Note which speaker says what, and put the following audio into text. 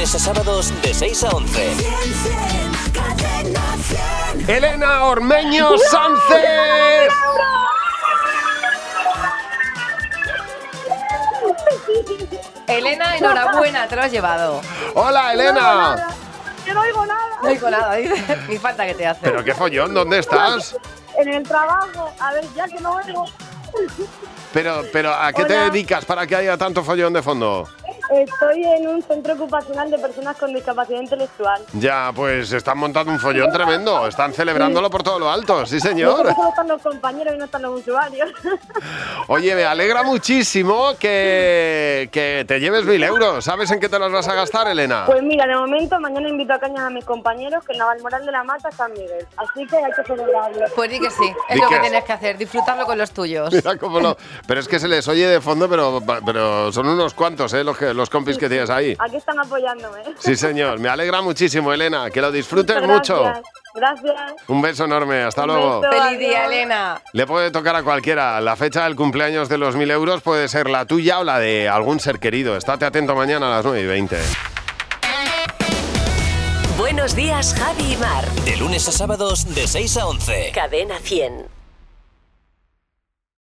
Speaker 1: a sábados de 6 a 11.
Speaker 2: Elena Ormeño Sánchez.
Speaker 3: Elena, enhorabuena, te lo has llevado.
Speaker 2: Hola, Elena.
Speaker 4: Yo no oigo nada.
Speaker 3: No digo nada, dice. Ni falta que te hace.
Speaker 2: Pero qué follón, ¿dónde estás?
Speaker 4: En el trabajo. A ver, ya que no oigo.
Speaker 2: Pero, pero ¿a qué te
Speaker 4: Hola.
Speaker 2: dedicas para que haya tanto follón de fondo?
Speaker 4: Estoy en un centro ocupacional de personas con discapacidad intelectual.
Speaker 2: Ya, pues están montando un follón tremendo. Están celebrándolo por todo lo alto, sí, señor.
Speaker 4: No solo están los compañeros y no están los usuarios.
Speaker 2: Ah. Oye, me alegra muchísimo que, que te lleves mil euros. ¿Sabes en qué te los vas a gastar, Elena?
Speaker 4: Pues mira, de momento mañana invito a cañas a mis compañeros que en la Valmoral de la Mata San Miguel. Así que hay que celebrarlo.
Speaker 3: Pues di que sí, es
Speaker 2: Di
Speaker 3: lo
Speaker 2: que
Speaker 3: que
Speaker 2: sí.
Speaker 3: tienes que hacer, disfrutarlo con los tuyos.
Speaker 2: Mira cómo lo- Pero es que se les oye de fondo, pero, pero son unos cuantos, ¿eh? Los, que, los compis que tienes ahí.
Speaker 4: Aquí están apoyándome.
Speaker 2: Sí, señor. Me alegra muchísimo, Elena. Que lo disfrutes
Speaker 4: Muchas
Speaker 2: mucho.
Speaker 4: gracias. Gracias.
Speaker 2: Un beso enorme. Hasta
Speaker 4: Un
Speaker 2: luego.
Speaker 4: beso.
Speaker 3: Feliz día,
Speaker 4: Adiós.
Speaker 3: Elena.
Speaker 2: Le puede tocar a cualquiera. La fecha del cumpleaños de los mil euros puede ser la tuya o la de algún ser querido. Estate atento mañana a las 9 y 20.
Speaker 5: Buenos días, Javi y Mar.
Speaker 1: De lunes a sábados de 6 a 11.
Speaker 5: Cadena 100.